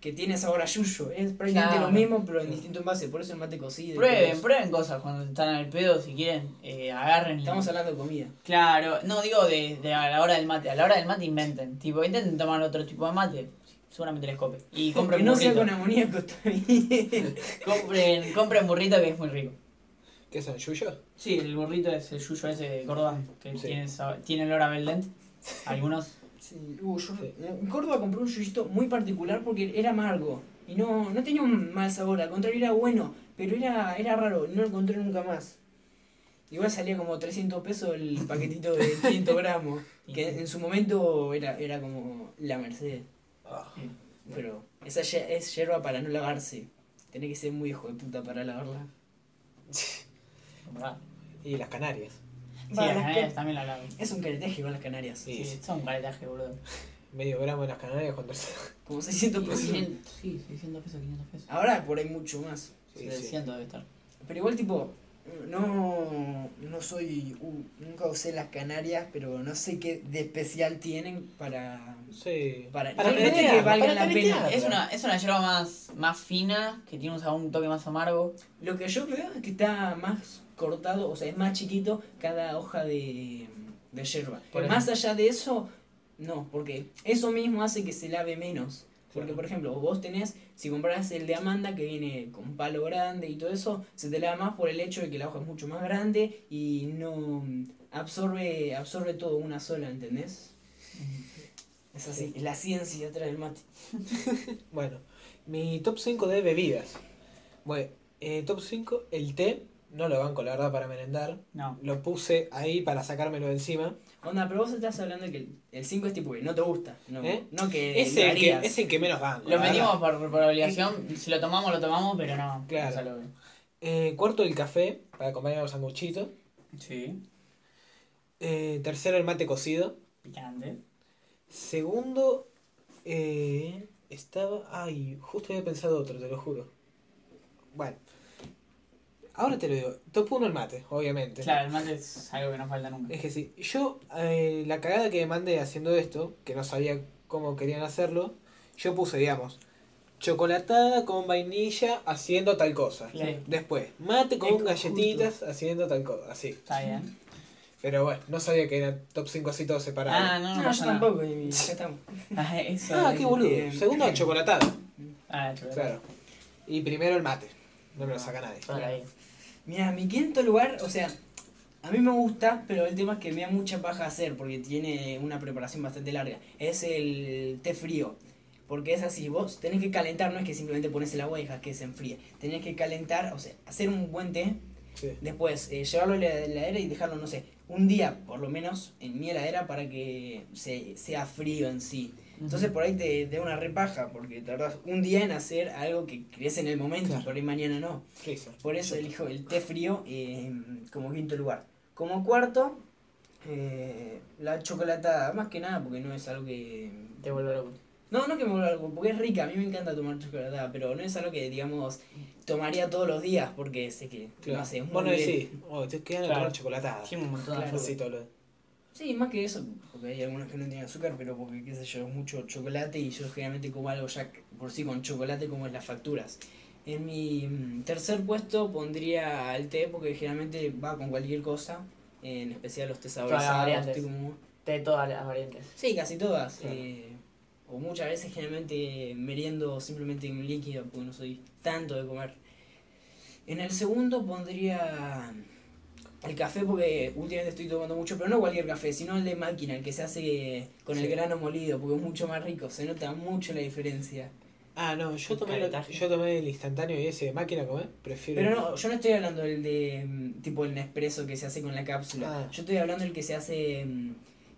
Speaker 2: que tiene sabor a yuyo, es prácticamente
Speaker 1: Claro.
Speaker 2: lo mismo, pero en distinto envase, por eso el mate cocido. y todo
Speaker 1: Prueben,
Speaker 2: eso.
Speaker 1: prueben cosas cuando están al pedo, si quieren, eh, agarren y...
Speaker 2: Estamos hablando de comida.
Speaker 1: Claro, no digo de, de a la hora del mate, a la hora del mate inventen, tipo, intenten tomar otro tipo de mate, seguramente les cope. Y
Speaker 2: Que
Speaker 1: compren
Speaker 2: no sea
Speaker 1: burrito,
Speaker 2: con amoníaco también.
Speaker 1: compren, compren burrito que es muy rico.
Speaker 3: ¿Qué son? ¿Yuyos?
Speaker 1: Sí, el burrito es el yuyo ese de Córdoba, que
Speaker 3: Sí.
Speaker 1: tiene, sab- tiene olor a Belden, algunos.
Speaker 2: Sí, uh, yo- en Córdoba compré un yuyito muy particular porque era amargo y no, no tenía un mal sabor, al contrario era bueno, pero era, era raro, no lo encontré nunca más. Igual salía como 300 pesos el paquetito de 500 gramos, que en su momento era, era como la Mercedes,
Speaker 1: Ah.
Speaker 2: pero esa ye- es hierba para no lavarse. Tenés que ser muy hijo de puta para lavarla.
Speaker 1: ¿verdad?
Speaker 3: Y las Canarias.
Speaker 1: Sí,
Speaker 2: Va,
Speaker 1: las
Speaker 2: las
Speaker 1: canarias
Speaker 2: que-
Speaker 1: también la lavan.
Speaker 2: Es un careteje igual las Canarias.
Speaker 3: Sí.
Speaker 1: Sí, son caretaje, boludo.
Speaker 3: Medio gramo de las Canarias con tercero.
Speaker 2: Como 600 pesos.
Speaker 1: Sí, 600 pesos, 500 pesos.
Speaker 2: Ahora por ahí mucho más.
Speaker 3: Sí, sí.
Speaker 1: 700 debe estar.
Speaker 2: Pero igual tipo, no, no soy, uh, nunca usé las Canarias, pero no sé qué de especial tienen para...
Speaker 3: Sí.
Speaker 2: Para-
Speaker 3: para
Speaker 2: realmente
Speaker 3: caretear,
Speaker 2: que valga
Speaker 3: para
Speaker 2: la pena.
Speaker 3: caretear.
Speaker 1: Es una, es una hierba más, más fina, que tiene un sabor un toque más amargo.
Speaker 2: Lo que yo veo es que está más cortado, o sea, es más chiquito cada hoja de, de yerba.
Speaker 1: Por ahí.
Speaker 2: más allá de eso, no, porque eso mismo hace que se lave menos. Porque,
Speaker 3: Claro.
Speaker 2: por ejemplo, vos tenés, si compras el de Amanda que viene con palo grande y todo eso, se te lava más por el hecho de que la hoja es mucho más grande y no mm, absorbe, absorbe todo una sola, ¿entendés? Es así, la ciencia detrás del mate.
Speaker 3: Bueno, mi top 5 de bebidas. Bueno, eh, top 5, el té. No lo banco, la verdad, para merendar.
Speaker 1: No.
Speaker 3: Lo puse ahí para sacármelo de encima.
Speaker 2: Onda, pero vos estás hablando de que el- el 5 es tipo que no te gusta, no,
Speaker 3: ¿Eh?
Speaker 2: no que
Speaker 3: Es
Speaker 2: lo
Speaker 3: el, que,
Speaker 2: harías.
Speaker 3: es el que menos banco.
Speaker 1: Lo
Speaker 3: la verdad.
Speaker 1: metimos por, por obligación. Si lo tomamos, lo tomamos, pero no.
Speaker 3: Claro.
Speaker 1: no se lo-
Speaker 3: Eh, cuarto, el café, para acompañar los sanguchitos.
Speaker 1: Sí.
Speaker 3: Eh, tercero, el mate cocido.
Speaker 1: Picante.
Speaker 3: Segundo, eh, estaba... Ay, justo había pensado otro, te lo juro. Bueno. Ahora te lo digo. Top 1 el mate, obviamente.
Speaker 1: Claro, el mate es algo que no falta nunca.
Speaker 3: Es que sí. Yo, eh, la cagada que me mandé haciendo esto, que no sabía cómo querían hacerlo, yo puse, digamos, chocolatada con vainilla haciendo tal cosa.
Speaker 1: Claro.
Speaker 3: Después, mate con
Speaker 2: Es
Speaker 3: galletitas haciendo tal cosa. Así.
Speaker 1: Está bien.
Speaker 3: Pero bueno, no sabía que era top 5 así todo separado.
Speaker 1: Ah, no, no,
Speaker 2: No, yo
Speaker 1: pasa nada.
Speaker 2: tampoco, y ya estamos.
Speaker 1: Ah, eso.
Speaker 3: Ah,
Speaker 1: es-
Speaker 3: qué boludo.
Speaker 2: eh,
Speaker 3: Segundo, chocolatada.
Speaker 1: Ah, chocolate.
Speaker 3: Claro. Ah. Y primero el mate. No me lo saca nadie.
Speaker 1: Por ahí.
Speaker 2: Mira, mi quinto lugar, o sea, a mí me gusta, pero el tema es que me da mucha paja hacer porque tiene una preparación bastante larga. Es el té frío. Porque es así, vos tenés que calentar, no es que simplemente pones el agua y dejas que se enfríe. Tenés que calentar, o sea, hacer un buen té,
Speaker 3: Sí.
Speaker 2: después eh, llevarlo a la heladera y dejarlo, no sé, un día por lo menos en mi heladera para que se, sea frío en sí. Entonces por ahí te te da una repaja, porque tardás un día en hacer algo que crees en el momento,
Speaker 3: Claro.
Speaker 2: por ahí mañana no.
Speaker 3: Freezer.
Speaker 2: Por eso elijo el té frío eh, como quinto lugar. Como cuarto, eh, la chocolatada, más que nada porque no es algo que...
Speaker 1: Te vuelvo loco.
Speaker 2: No, no que me vuelva algo, porque es rica, a mí me encanta tomar chocolatada, pero no es algo que, digamos, tomaría todos los días porque sé que
Speaker 3: Claro.
Speaker 2: no sé, muy
Speaker 3: Bueno, y
Speaker 2: bien.
Speaker 3: sí. Oh, te quedan
Speaker 1: Claro.
Speaker 3: a tomar chocolatada.
Speaker 1: Tiene un montón de
Speaker 2: Ah, Claro.
Speaker 1: azúcar.
Speaker 3: Así todo lo-
Speaker 2: Sí, más que eso, porque hay algunos que no tienen azúcar, pero porque, qué sé yo, mucho chocolate y yo generalmente como algo ya por sí con chocolate como es las facturas. En mi mm, tercer puesto pondría al té porque generalmente va con cualquier cosa, en especial los tés
Speaker 1: Todas las
Speaker 2: saborizados.
Speaker 1: variantes.
Speaker 2: té como-
Speaker 1: De todas las variantes.
Speaker 2: Sí, casi todas.
Speaker 3: Claro.
Speaker 2: eh, o muchas veces generalmente meriendo simplemente en líquido porque no soy tanto de comer. En el segundo pondría el café porque últimamente estoy tomando mucho, pero no cualquier café, sino el de máquina, el que se hace con
Speaker 3: Sí.
Speaker 2: el grano molido, porque es mucho más rico, se nota mucho la diferencia.
Speaker 3: Ah, no, yo tomé, lo-
Speaker 1: Caretaje.
Speaker 3: yo tomé el instantáneo y ese de máquina comer. Prefiero.
Speaker 2: Pero no, yo no estoy hablando del de mm, tipo el Nespresso que se hace con la cápsula,
Speaker 3: Ah.
Speaker 2: yo estoy hablando del que se hace mm,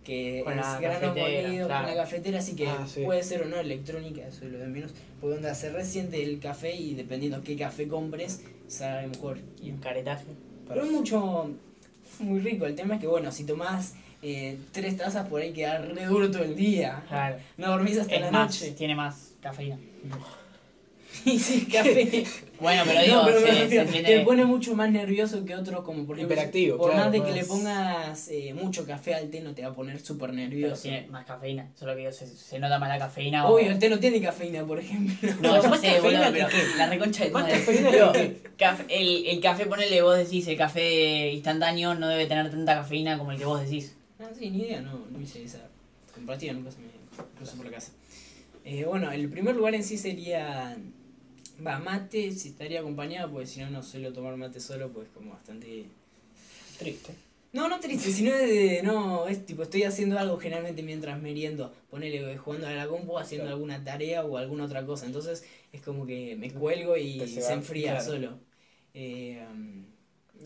Speaker 2: que
Speaker 1: Con la
Speaker 2: es grano
Speaker 1: cafetera,
Speaker 2: molido
Speaker 1: claro.
Speaker 2: con la cafetera, así que
Speaker 3: Ah, sí.
Speaker 2: puede ser o no electrónica, eso es lo de menos, porque donde se resiente el café y dependiendo qué café compres, sabe mejor.
Speaker 1: Y un caretaje.
Speaker 2: Pero es mucho, muy rico, el tema es que bueno, si tomás eh, tres tazas por ahí queda re duro todo el día,
Speaker 1: Claro.
Speaker 2: no dormís hasta
Speaker 1: Es
Speaker 2: la
Speaker 1: más,
Speaker 2: noche.
Speaker 1: tiene más cafeína.
Speaker 2: Y sí, café.
Speaker 1: Bueno, pero digo,
Speaker 2: no, pero me
Speaker 1: se- se
Speaker 2: refiero,
Speaker 1: entiende-
Speaker 2: te pone mucho más nervioso que otros como por ejemplo,
Speaker 3: Hiperactivo,
Speaker 2: por
Speaker 3: claro,
Speaker 2: más de que
Speaker 3: más-
Speaker 2: le pongas eh, mucho café al té no te va a poner súper
Speaker 1: pero
Speaker 2: nervioso.
Speaker 1: tiene más cafeína. Solo que digo, se, se nota más la cafeína. o-
Speaker 2: Obvio, el té no tiene cafeína, por ejemplo.
Speaker 1: No,
Speaker 3: No,
Speaker 1: yo
Speaker 3: más
Speaker 1: sé,
Speaker 3: cafeína
Speaker 1: boludo,
Speaker 3: que
Speaker 1: pero qué, la reconcha de tu
Speaker 3: Más
Speaker 1: madre.
Speaker 3: cafeína
Speaker 1: Pero,
Speaker 3: que-
Speaker 1: caf- el, el café, ponele, vos decís, el café instantáneo no debe tener tanta cafeína como el que vos decís.
Speaker 2: No, sí, ni idea, no, no hice esa comparativa, nunca se me cruzó por la casa. Eh, bueno, el primer lugar en sí sería. Va, mate, si estaría acompañado, porque si no, no suelo tomar mate solo, pues como bastante.
Speaker 1: Triste.
Speaker 2: No, no triste, sino de- de. No, es tipo, estoy haciendo algo generalmente mientras meriendo. Ponele, eh, jugando a la compu, haciendo
Speaker 3: Claro.
Speaker 2: alguna tarea o alguna otra cosa. Entonces es como que me cuelgo y
Speaker 3: Te se
Speaker 2: se,
Speaker 3: va,
Speaker 2: enfría
Speaker 3: claro.
Speaker 2: solo. Eh, um,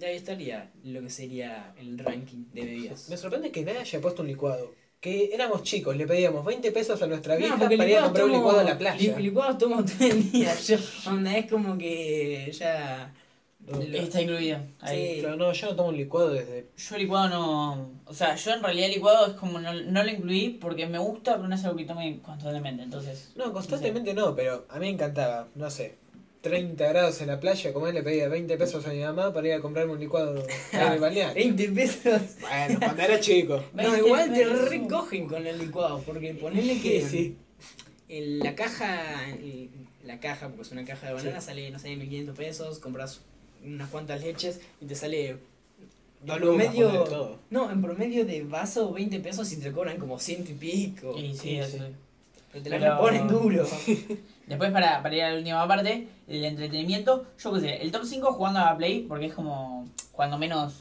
Speaker 2: y ahí estaría lo que sería el ranking de bebidas.
Speaker 3: Me sorprende que nadie haya puesto un licuado. Que éramos chicos, le pedíamos 20 pesos a nuestra vieja
Speaker 2: No,
Speaker 3: para
Speaker 2: porque
Speaker 3: ir a
Speaker 2: licuados
Speaker 3: comprar un
Speaker 2: tomo,
Speaker 3: licuado a la playa.
Speaker 2: li- licuados tomo todo el día. Yo, onda, es como que ya.
Speaker 3: No.
Speaker 2: lo-
Speaker 1: Está incluido. Ahí.
Speaker 2: Sí.
Speaker 3: Pero no, yo no tomo un licuado desde.
Speaker 1: Yo licuado no. O sea, yo en realidad licuado es como no, no lo incluí porque me gusta, pero no es algo que tome constantemente. Entonces,
Speaker 3: No, constantemente no, pero a mí me encantaba, no sé. 30 grados en la playa, como él le pedía 20 pesos a mi mamá para ir a comprarme un licuado en el balneario.
Speaker 2: 20 pesos.
Speaker 3: Bueno, cuando era chico.
Speaker 2: No, igual te recogen con el licuado, porque ponele que
Speaker 3: Sí, sí.
Speaker 2: el- la caja, el- la caja, porque es una caja de banana, sale, no sé, 1500 pesos, compras unas cuantas leches y te sale
Speaker 3: Dos
Speaker 2: en
Speaker 3: lucas, ponele
Speaker 2: promedio,
Speaker 3: todo.
Speaker 2: no, en promedio de vaso 20 pesos y te cobran como ciento y pico.
Speaker 1: Y sí,
Speaker 3: Sí,
Speaker 1: eso
Speaker 3: sí.
Speaker 1: sí.
Speaker 2: Pero te la
Speaker 1: Pero-
Speaker 2: ponen duro.
Speaker 1: Después, para, para ir a la última parte, el entretenimiento, yo qué sé, el top 5 jugando a la Play, porque es como cuando menos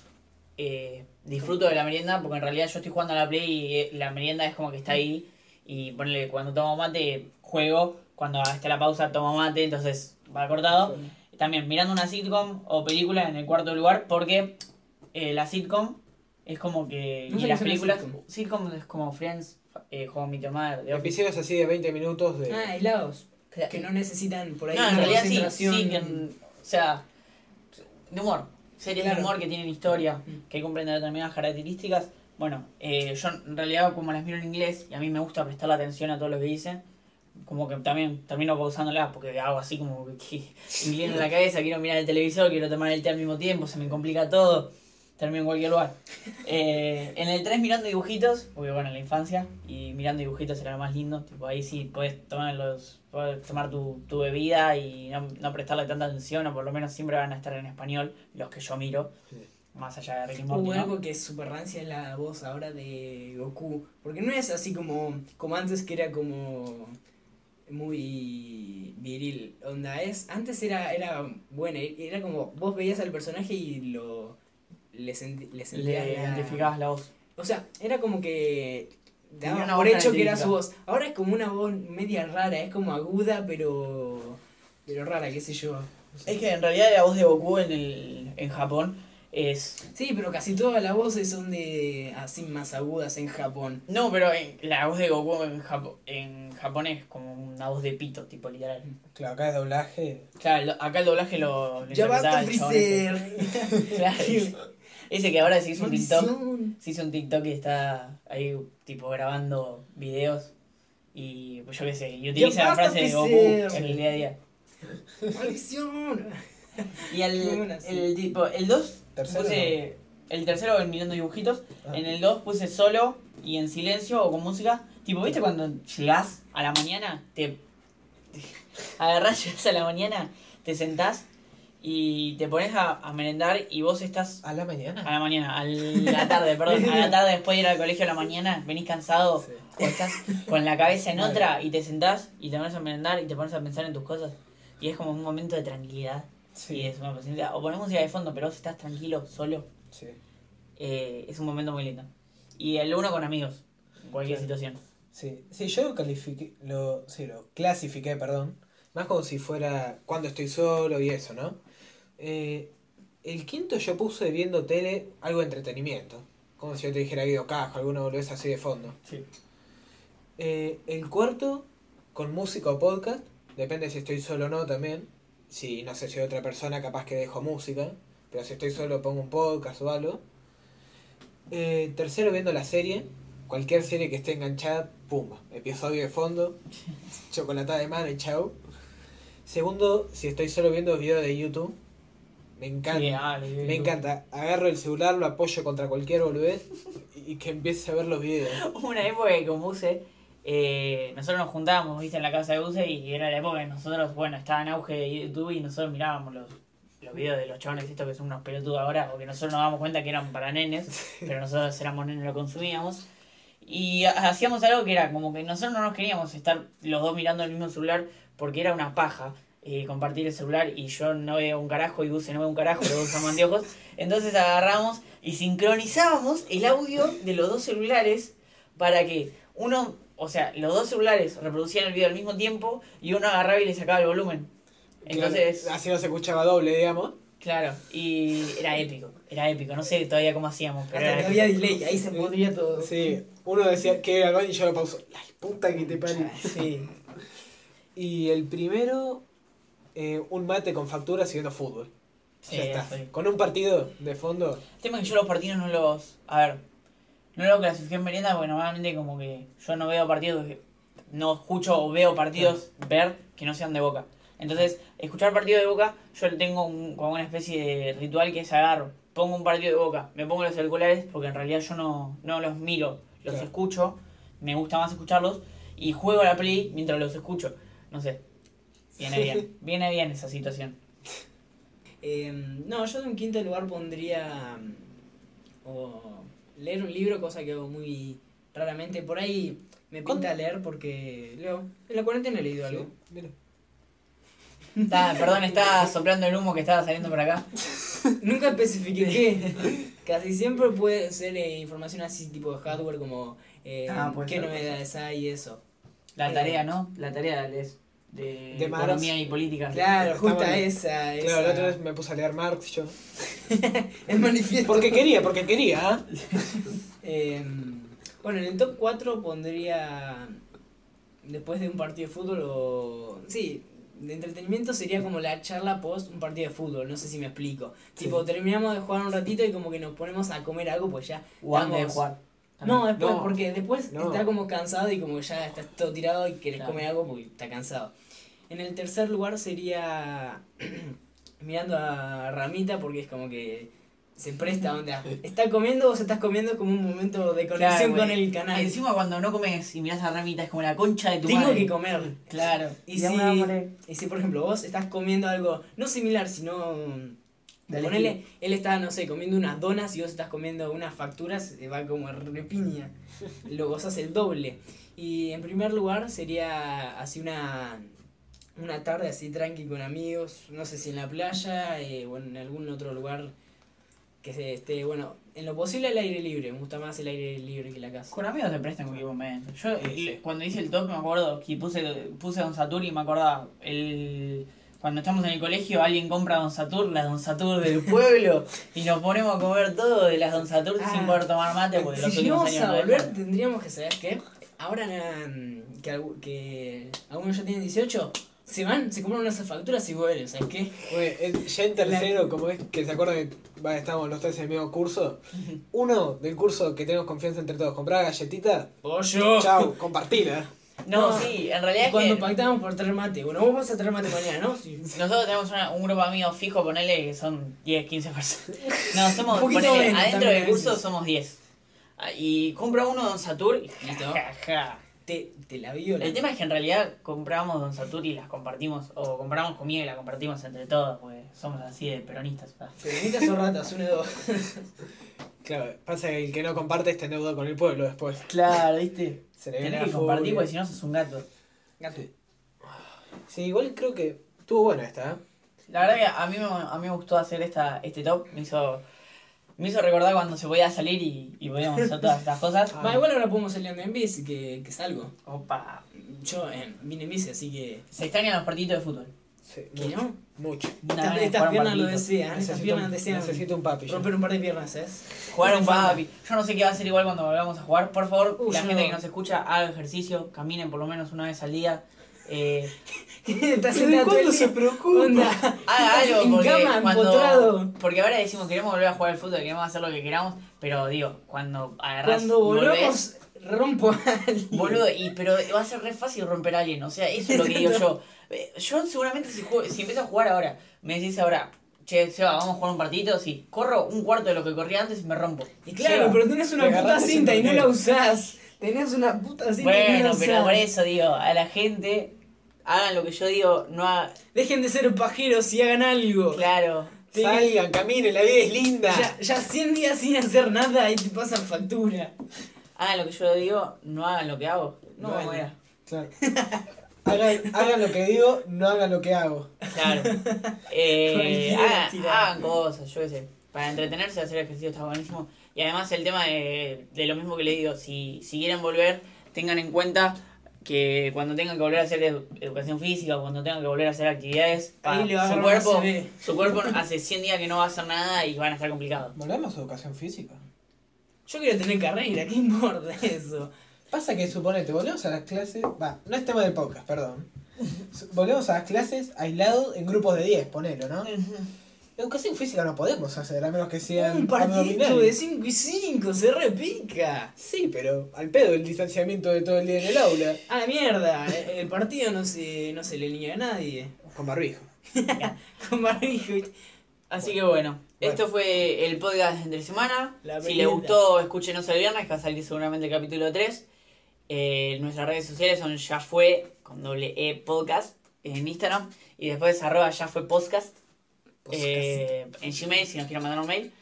Speaker 1: eh, disfruto de la merienda, porque en realidad yo estoy jugando a la Play y eh, la merienda es como que está ahí. Y ponle, cuando tomo mate, juego, cuando está la pausa, tomo mate, entonces va cortado.
Speaker 2: Ah,
Speaker 1: También mirando una sitcom o película en el cuarto lugar, porque eh, la sitcom es como que.
Speaker 2: No
Speaker 1: y
Speaker 2: sé qué
Speaker 1: las
Speaker 2: es una
Speaker 1: películas.
Speaker 2: sitcom.
Speaker 1: Sitcom. es como Friends, eh, Juego de Mother, The Office.
Speaker 3: Episodios así de 20 minutos de.
Speaker 2: Ah, helados. que no necesitan por ahí
Speaker 1: No, en
Speaker 2: una
Speaker 1: realidad sí,
Speaker 2: concentración.
Speaker 1: sí, que, en- o sea, de humor. Series
Speaker 2: Claro.
Speaker 1: de humor que tienen historia,
Speaker 2: Mm.
Speaker 1: que cumplen determinadas características. Bueno, eh, yo en realidad como las miro en inglés y a mí me gusta prestarle atención a todo lo que dicen, como que también termino pausándolas porque hago así como que, que inglés en la cabeza, quiero mirar el televisor, quiero tomar el té al mismo tiempo, se me complica todo, termino en cualquier lugar. Eh, en el 3 mirando dibujitos, porque bueno, en la infancia, y mirando dibujitos era lo más lindo, tipo ahí sí puedes tomar los podés tomar tu, tu bebida y no, no prestarle tanta atención, o por lo menos siempre van a estar en español los que yo miro,
Speaker 3: Sí.
Speaker 1: más allá de Rick y Morty,
Speaker 2: Hubo
Speaker 1: ¿no?
Speaker 2: algo que es super rancia es la voz ahora de Goku. Porque no es así como, como antes que era como muy viril. Onda, es. Antes era, era buena, era como vos veías al personaje y lo. Le, senti- le sentías
Speaker 1: Le
Speaker 2: la-
Speaker 1: identificabas la voz.
Speaker 2: O sea, era como que.
Speaker 1: Tenía
Speaker 2: Daba
Speaker 1: una
Speaker 2: por
Speaker 1: voz
Speaker 2: hecho que era su voz.
Speaker 1: característica.
Speaker 2: Ahora es como una voz media rara, es como aguda, pero. Pero rara, qué sé yo.
Speaker 1: Es que en realidad la voz de Goku en, el, en Japón es...
Speaker 2: Sí, pero casi todas las voces son de así más agudas en Japón.
Speaker 1: No, pero en- la voz de Goku en, Japo- en Japón es como una voz de pito, tipo literal.
Speaker 3: Claro, acá es doblaje.
Speaker 1: Claro, lo- acá el doblaje lo... lo
Speaker 2: Ya basta,
Speaker 1: interpretaba el chabón este. ese.
Speaker 2: Freezer.
Speaker 1: Claro. Ese que ahora se hizo un TikTok.
Speaker 2: Maldición.
Speaker 1: Se hizo un TikTok y está ahí, tipo, grabando videos. Y pues yo qué sé, y utiliza la
Speaker 2: basta,
Speaker 1: frase de Goku
Speaker 2: Freezer.
Speaker 1: en el día a día.
Speaker 2: Maldición.
Speaker 1: Y el,
Speaker 2: Qué buena, sí.
Speaker 1: el tipo, el 2
Speaker 3: Tercero,
Speaker 1: puse. El tercero en mirando dibujitos.
Speaker 3: Ah.
Speaker 1: En el 2 puse solo y en silencio o con música. Tipo, ¿viste cuando llegás a la mañana? Te, te agarrás, llegás a la mañana, te sentás y te pones a- a merendar y vos estás
Speaker 3: A la mañana.
Speaker 1: A la mañana, a la tarde, perdón. A la tarde después de ir al colegio a la mañana, venís cansado
Speaker 3: Sí.
Speaker 1: o estás con la cabeza en
Speaker 3: Claro.
Speaker 1: otra y te sentás y te pones a merendar y te pones a pensar en tus cosas. Y es como un momento de tranquilidad y
Speaker 3: Sí,
Speaker 1: es una paciencia. O ponés música de fondo, pero vos estás tranquilo, solo.
Speaker 3: sí.
Speaker 1: eh, es un momento muy lindo. Y el uno con amigos, en cualquier
Speaker 3: Claro.
Speaker 1: situación.
Speaker 3: Sí, sí, yo lo califiqué, lo, sí, lo clasifiqué, perdón, más como si fuera cuando estoy solo y eso, ¿no? Eh, el quinto yo puse viendo tele algo de entretenimiento, como si yo te dijera Guido Caja, alguna boludez así de fondo.
Speaker 1: Sí.
Speaker 3: Eh, el cuarto, con música o podcast, depende si estoy solo o no también, si no sé si hay otra persona capaz que dejo música, pero si estoy solo pongo un podcast o algo. Eh, tercero, viendo la serie. Cualquier serie que esté enganchada, pumba. Episodio de fondo, chocolatada de mano y chau. Segundo, si estoy solo viendo videos de YouTube, me encanta.
Speaker 1: Sí, ah, los videos
Speaker 3: Me
Speaker 1: de YouTube.
Speaker 3: encanta. Agarro el celular, lo apoyo contra cualquier boludez y y que empiece a ver los videos.
Speaker 1: Hubo una época que con Buse, eh, nosotros nos juntábamos, viste, en la casa de Buse y era la época que nosotros, bueno, estaba en auge de YouTube y nosotros mirábamos los, los videos de los chavales estos que son unos pelotudos ahora, porque nosotros nos dábamos cuenta que eran para nenes, pero nosotros éramos nenes y lo consumíamos. Y ha- hacíamos algo que era como que nosotros no nos queríamos estar los dos mirando el mismo celular porque era una paja. eh, compartir el celular y yo no veo un carajo y Buse no ve un carajo, pero Buse de ojos. Entonces agarramos y sincronizábamos el audio de los dos celulares para que uno, o sea, los dos celulares reproducían el video al mismo tiempo y uno agarraba y le sacaba el volumen. Entonces,
Speaker 3: Claro, así no se escuchaba doble, digamos.
Speaker 1: claro, y era épico, era épico, no sé todavía cómo hacíamos, pero
Speaker 2: Hasta
Speaker 1: era
Speaker 2: que
Speaker 1: épico.
Speaker 2: había delay, ahí se podría todo.
Speaker 3: Eh, Sí, uno decía que era el baño y yo lo pauso. La puta que te parió.
Speaker 1: Sí.
Speaker 3: Y el primero, eh, un mate con factura siguiendo fútbol.
Speaker 1: Sí,
Speaker 3: ya está.
Speaker 1: sí.
Speaker 3: Con un partido de fondo.
Speaker 1: El tema es que yo los partidos no los, a ver, no los clasifiqué en merienda porque normalmente como que yo no veo partidos, que- no escucho o veo partidos ver que no sean de Boca. Entonces, escuchar partidos de Boca, yo tengo un- como una especie de ritual que es agarro, pongo un partido de Boca, me pongo los auriculares porque en realidad yo no, no los miro, los
Speaker 3: Claro.
Speaker 1: escucho, me gusta más escucharlos y juego a la play mientras los escucho. No sé, viene bien, viene bien esa situación.
Speaker 2: Eh, no, yo en quinto lugar pondría mm, o leer un libro, cosa que hago muy raramente. Por ahí me
Speaker 3: ¿Cuándo?
Speaker 2: pinta leer porque leo. En la cuarentena he leído algo.
Speaker 3: Mira.
Speaker 1: Está, perdón, está soplando el humo que estaba saliendo por acá.
Speaker 2: Nunca especifiqué qué. Casi siempre puede ser eh, información así tipo de hardware como eh,
Speaker 1: Ah, puede
Speaker 2: qué
Speaker 1: ser,
Speaker 2: novedades hay y eso.
Speaker 1: La
Speaker 2: Eh,
Speaker 1: tarea, ¿no? La tarea es de,
Speaker 3: de Marx.
Speaker 1: economía y política.
Speaker 2: Claro,
Speaker 3: Está
Speaker 2: justa
Speaker 3: bueno.
Speaker 2: esa, esa.
Speaker 3: Claro, la otra vez me puse a leer Marx yo.
Speaker 2: El manifiesto.
Speaker 3: Porque quería, porque quería. ¿ah?
Speaker 2: Eh, bueno, en el top 4 pondría. Después de un partido de fútbol o. Sí, de entretenimiento sería como la charla post un partido de fútbol, no sé si me explico.
Speaker 3: Sí.
Speaker 2: Tipo, terminamos de jugar un ratito y como que nos ponemos a comer algo, pues ya.
Speaker 1: O antes de
Speaker 2: estamos-
Speaker 1: jugar.
Speaker 2: No, después,
Speaker 3: No.
Speaker 2: porque después
Speaker 3: No.
Speaker 2: está como cansado y como ya estás todo tirado y querés
Speaker 1: Claro.
Speaker 2: comer algo porque está cansado. En el tercer lugar sería mirando a Ramita porque es como que se presta onda. Está comiendo, vos estás comiendo, es como un momento de
Speaker 1: Claro,
Speaker 2: conexión con
Speaker 1: güey.
Speaker 2: el canal.
Speaker 1: Ah, Encima cuando no comes y mirás a la ramita es como la concha de tu
Speaker 2: Tengo
Speaker 1: madre.
Speaker 2: que comer.
Speaker 1: Claro.
Speaker 2: Y si, y si, por ejemplo, vos estás comiendo algo, no similar, sino...
Speaker 1: Del
Speaker 2: Ponele, él está, no sé, comiendo unas donas y vos estás comiendo unas facturas, eh, va como repiña. Lo gozas el doble. Y en primer lugar sería así una, una tarde así tranqui con amigos, no sé si en la playa eh, o en algún otro lugar que se esté, bueno, en lo posible al aire libre, me gusta más el aire libre que la casa.
Speaker 1: Con amigos se prestan en cualquier momento. Yo
Speaker 3: Sí, sí.
Speaker 1: cuando hice el top me acuerdo que puse, puse Don Satur y me acordaba el... Cuando estamos en el colegio, alguien compra Don Satur, las Don Satur del pueblo, y nos ponemos a comer todo de las Don Satur
Speaker 2: Ah.
Speaker 1: sin poder tomar mate porque los
Speaker 2: Si
Speaker 1: últimos
Speaker 2: vamos
Speaker 1: años
Speaker 2: a
Speaker 1: no
Speaker 2: volver,
Speaker 1: dejaron.
Speaker 2: tendríamos que saber que ahora mm, que, algu- que algunos ya tienen 18, se van, se compran unas facturas y vuelven, ¿sabes qué?
Speaker 3: Bueno, el- ya en tercero, como es que se acuerdan que va, estábamos los tres en el mismo curso. Uno del curso que tenemos confianza entre todos, compraba galletita.
Speaker 2: ¡Pollo!
Speaker 3: Chau, compartila.
Speaker 1: No,
Speaker 2: No.
Speaker 1: sí, en realidad es
Speaker 2: Cuando
Speaker 1: que...
Speaker 2: pactamos por traer mate, bueno, vos vas a traer mate mañana, ¿no? Sí.
Speaker 1: Nosotros tenemos una- un grupo de amigos fijo, ponele que son 10, 15 personas. No, somos,
Speaker 2: Un poquito
Speaker 1: ponele,
Speaker 2: menos
Speaker 1: adentro
Speaker 2: también
Speaker 1: del
Speaker 2: a
Speaker 1: curso
Speaker 2: veces.
Speaker 1: somos 10. Ah, Y compra uno Don Satur y ja,
Speaker 2: Listo.
Speaker 1: ja, ja.
Speaker 2: Te, te la viola.
Speaker 1: El tema es que en realidad compramos Don Satur y las compartimos, o compramos comida y la compartimos entre todos, porque somos así de peronistas. ¿verdad?
Speaker 2: Feministas o ratas, uno de dos.
Speaker 3: Claro, pasa que el que no comparte está en deuda con el pueblo después.
Speaker 1: Claro, ¿viste?
Speaker 3: Se le viene
Speaker 1: Tenés que
Speaker 3: la
Speaker 1: compartir pues.
Speaker 3: furia.
Speaker 1: porque si no sos un gato.
Speaker 3: Sí, igual creo que estuvo buena esta, ¿eh?
Speaker 1: La verdad que a mí me, a mí me gustó hacer esta, este top, me hizo, me hizo recordar cuando se podía salir y, y podíamos hacer todas estas cosas.
Speaker 2: Ah. Va, igual ahora podemos salir en bici, que, que salgo.
Speaker 1: Opa.
Speaker 2: Yo eh, vine en bici, así que.
Speaker 1: Se extrañan los partiditos de fútbol.
Speaker 3: Sí,
Speaker 2: ¿Que
Speaker 3: mucho.
Speaker 2: no?
Speaker 3: mucho.
Speaker 1: Una
Speaker 2: Estas-
Speaker 1: gana de
Speaker 2: estas
Speaker 1: jugar un
Speaker 2: piernas lo
Speaker 1: partidito.
Speaker 2: desean, estas
Speaker 3: Necesito,
Speaker 2: piernas
Speaker 3: un,
Speaker 2: desean.
Speaker 3: necesito un papi. yo.
Speaker 2: Romper un par de piernas, ¿eh? ¿sabes?
Speaker 1: Jugar un
Speaker 2: Necesitan-
Speaker 1: papi. Yo no sé qué va a ser igual cuando volvamos a jugar. Por favor,
Speaker 2: Uh,
Speaker 1: la
Speaker 2: yo
Speaker 1: gente
Speaker 2: no.
Speaker 1: que nos escucha, haga ejercicio, caminen por lo menos una vez al día. Eh,
Speaker 2: Estás
Speaker 3: ¿Desde
Speaker 2: sentado todo el
Speaker 3: cuándo
Speaker 2: día.
Speaker 3: se preocupa?
Speaker 2: Onda.
Speaker 1: haga
Speaker 2: Estás
Speaker 1: algo
Speaker 2: en
Speaker 1: porque,
Speaker 2: cama,
Speaker 1: cuando-
Speaker 2: empotrado.
Speaker 1: porque ahora decimos queremos volver a jugar al fútbol, queremos hacer lo que queramos, pero digo, cuando agarras
Speaker 2: Cuando volvamos, rompo a alguien.
Speaker 1: Boludo, y, pero va a ser re fácil romper a alguien, o sea, eso es lo que digo yo. Eh, Yo seguramente si, juego- si empiezo a jugar ahora, me decís ahora, che, Seba, vamos a jugar un partidito, si corro un cuarto de lo que corría antes y me rompo.
Speaker 2: Y claro,
Speaker 3: Seba,
Speaker 2: pero tenés una
Speaker 3: te
Speaker 2: puta
Speaker 3: agarraste
Speaker 2: cinta y no
Speaker 3: siempre
Speaker 2: la usás. Tenés una puta cinta y
Speaker 1: bueno,
Speaker 2: no la
Speaker 1: pero
Speaker 2: usás.
Speaker 1: por eso digo, a la gente, hagan lo que yo digo, no ha...
Speaker 2: Dejen de ser pajeros y hagan algo.
Speaker 1: Claro.
Speaker 2: Sí.
Speaker 3: Salgan, caminen, la vida es linda.
Speaker 2: Ya, ya 100 días sin hacer nada y te pasan factura.
Speaker 1: Hagan lo que yo digo, no hagan lo que hago. No,
Speaker 2: Vale.
Speaker 1: bueno.
Speaker 3: Claro. Hagan, hagan lo que digo, no hagan lo que hago.
Speaker 1: Claro. Eh,
Speaker 2: Cualquiera
Speaker 1: hagan,
Speaker 2: tirada.
Speaker 1: hagan cosas, yo qué sé. Para entretenerse, hacer ejercicio está buenísimo. Y además el tema de, de lo mismo que le digo, si, si quieren volver, tengan en cuenta que cuando tengan que volver a hacer edu- educación física, cuando tengan que volver a hacer actividades, pa,
Speaker 2: Ahí le va a
Speaker 1: su,
Speaker 2: agarrar una
Speaker 1: cuerpo,
Speaker 2: CB.
Speaker 1: su cuerpo hace 100 días que no va a hacer nada y van a estar complicados.
Speaker 3: Volvamos a educación física.
Speaker 2: Yo quiero tener carrera, ¿qué importa eso?
Speaker 3: Pasa que suponete, volvemos a las clases. Va, no es tema del podcast, perdón. Su- Volvemos a las clases aislados en grupos de 10, ponelo, ¿no? Educación física no podemos hacer, a menos que sean.
Speaker 2: Un partido de
Speaker 3: abdominales.
Speaker 2: 5 y 5, se repica.
Speaker 3: Sí, pero al pedo el distanciamiento de todo el día en el aula.
Speaker 2: A la mierda, eh, el partido no se, no se le niega a nadie.
Speaker 3: Con barbijo.
Speaker 2: Con barbijo y-
Speaker 1: Así que bueno, esto fue el podcast de entre semana.
Speaker 2: La
Speaker 1: si les
Speaker 2: merienda.
Speaker 1: gustó, escúchenos el viernes, que va a salir seguramente el capítulo 3. Eh, nuestras redes sociales son ya fue con doble E podcast en Instagram y después arroba ya fue podcast, eh, en Gmail si nos quieren mandar un mail.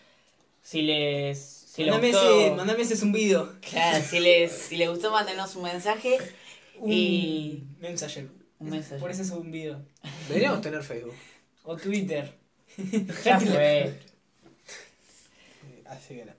Speaker 1: Si les, si les
Speaker 2: Mandame
Speaker 1: gustó,
Speaker 2: ese, mandame ese zumbido.
Speaker 1: Claro, si les, si les gustó, mándenos un mensaje
Speaker 2: Un
Speaker 1: Y-
Speaker 2: mensaje.
Speaker 1: Un mensaje.
Speaker 2: Por ese zumbido.
Speaker 3: Deberíamos tener Facebook.
Speaker 2: O Twitter.
Speaker 1: Ya fue.
Speaker 3: Eh, Así que nada.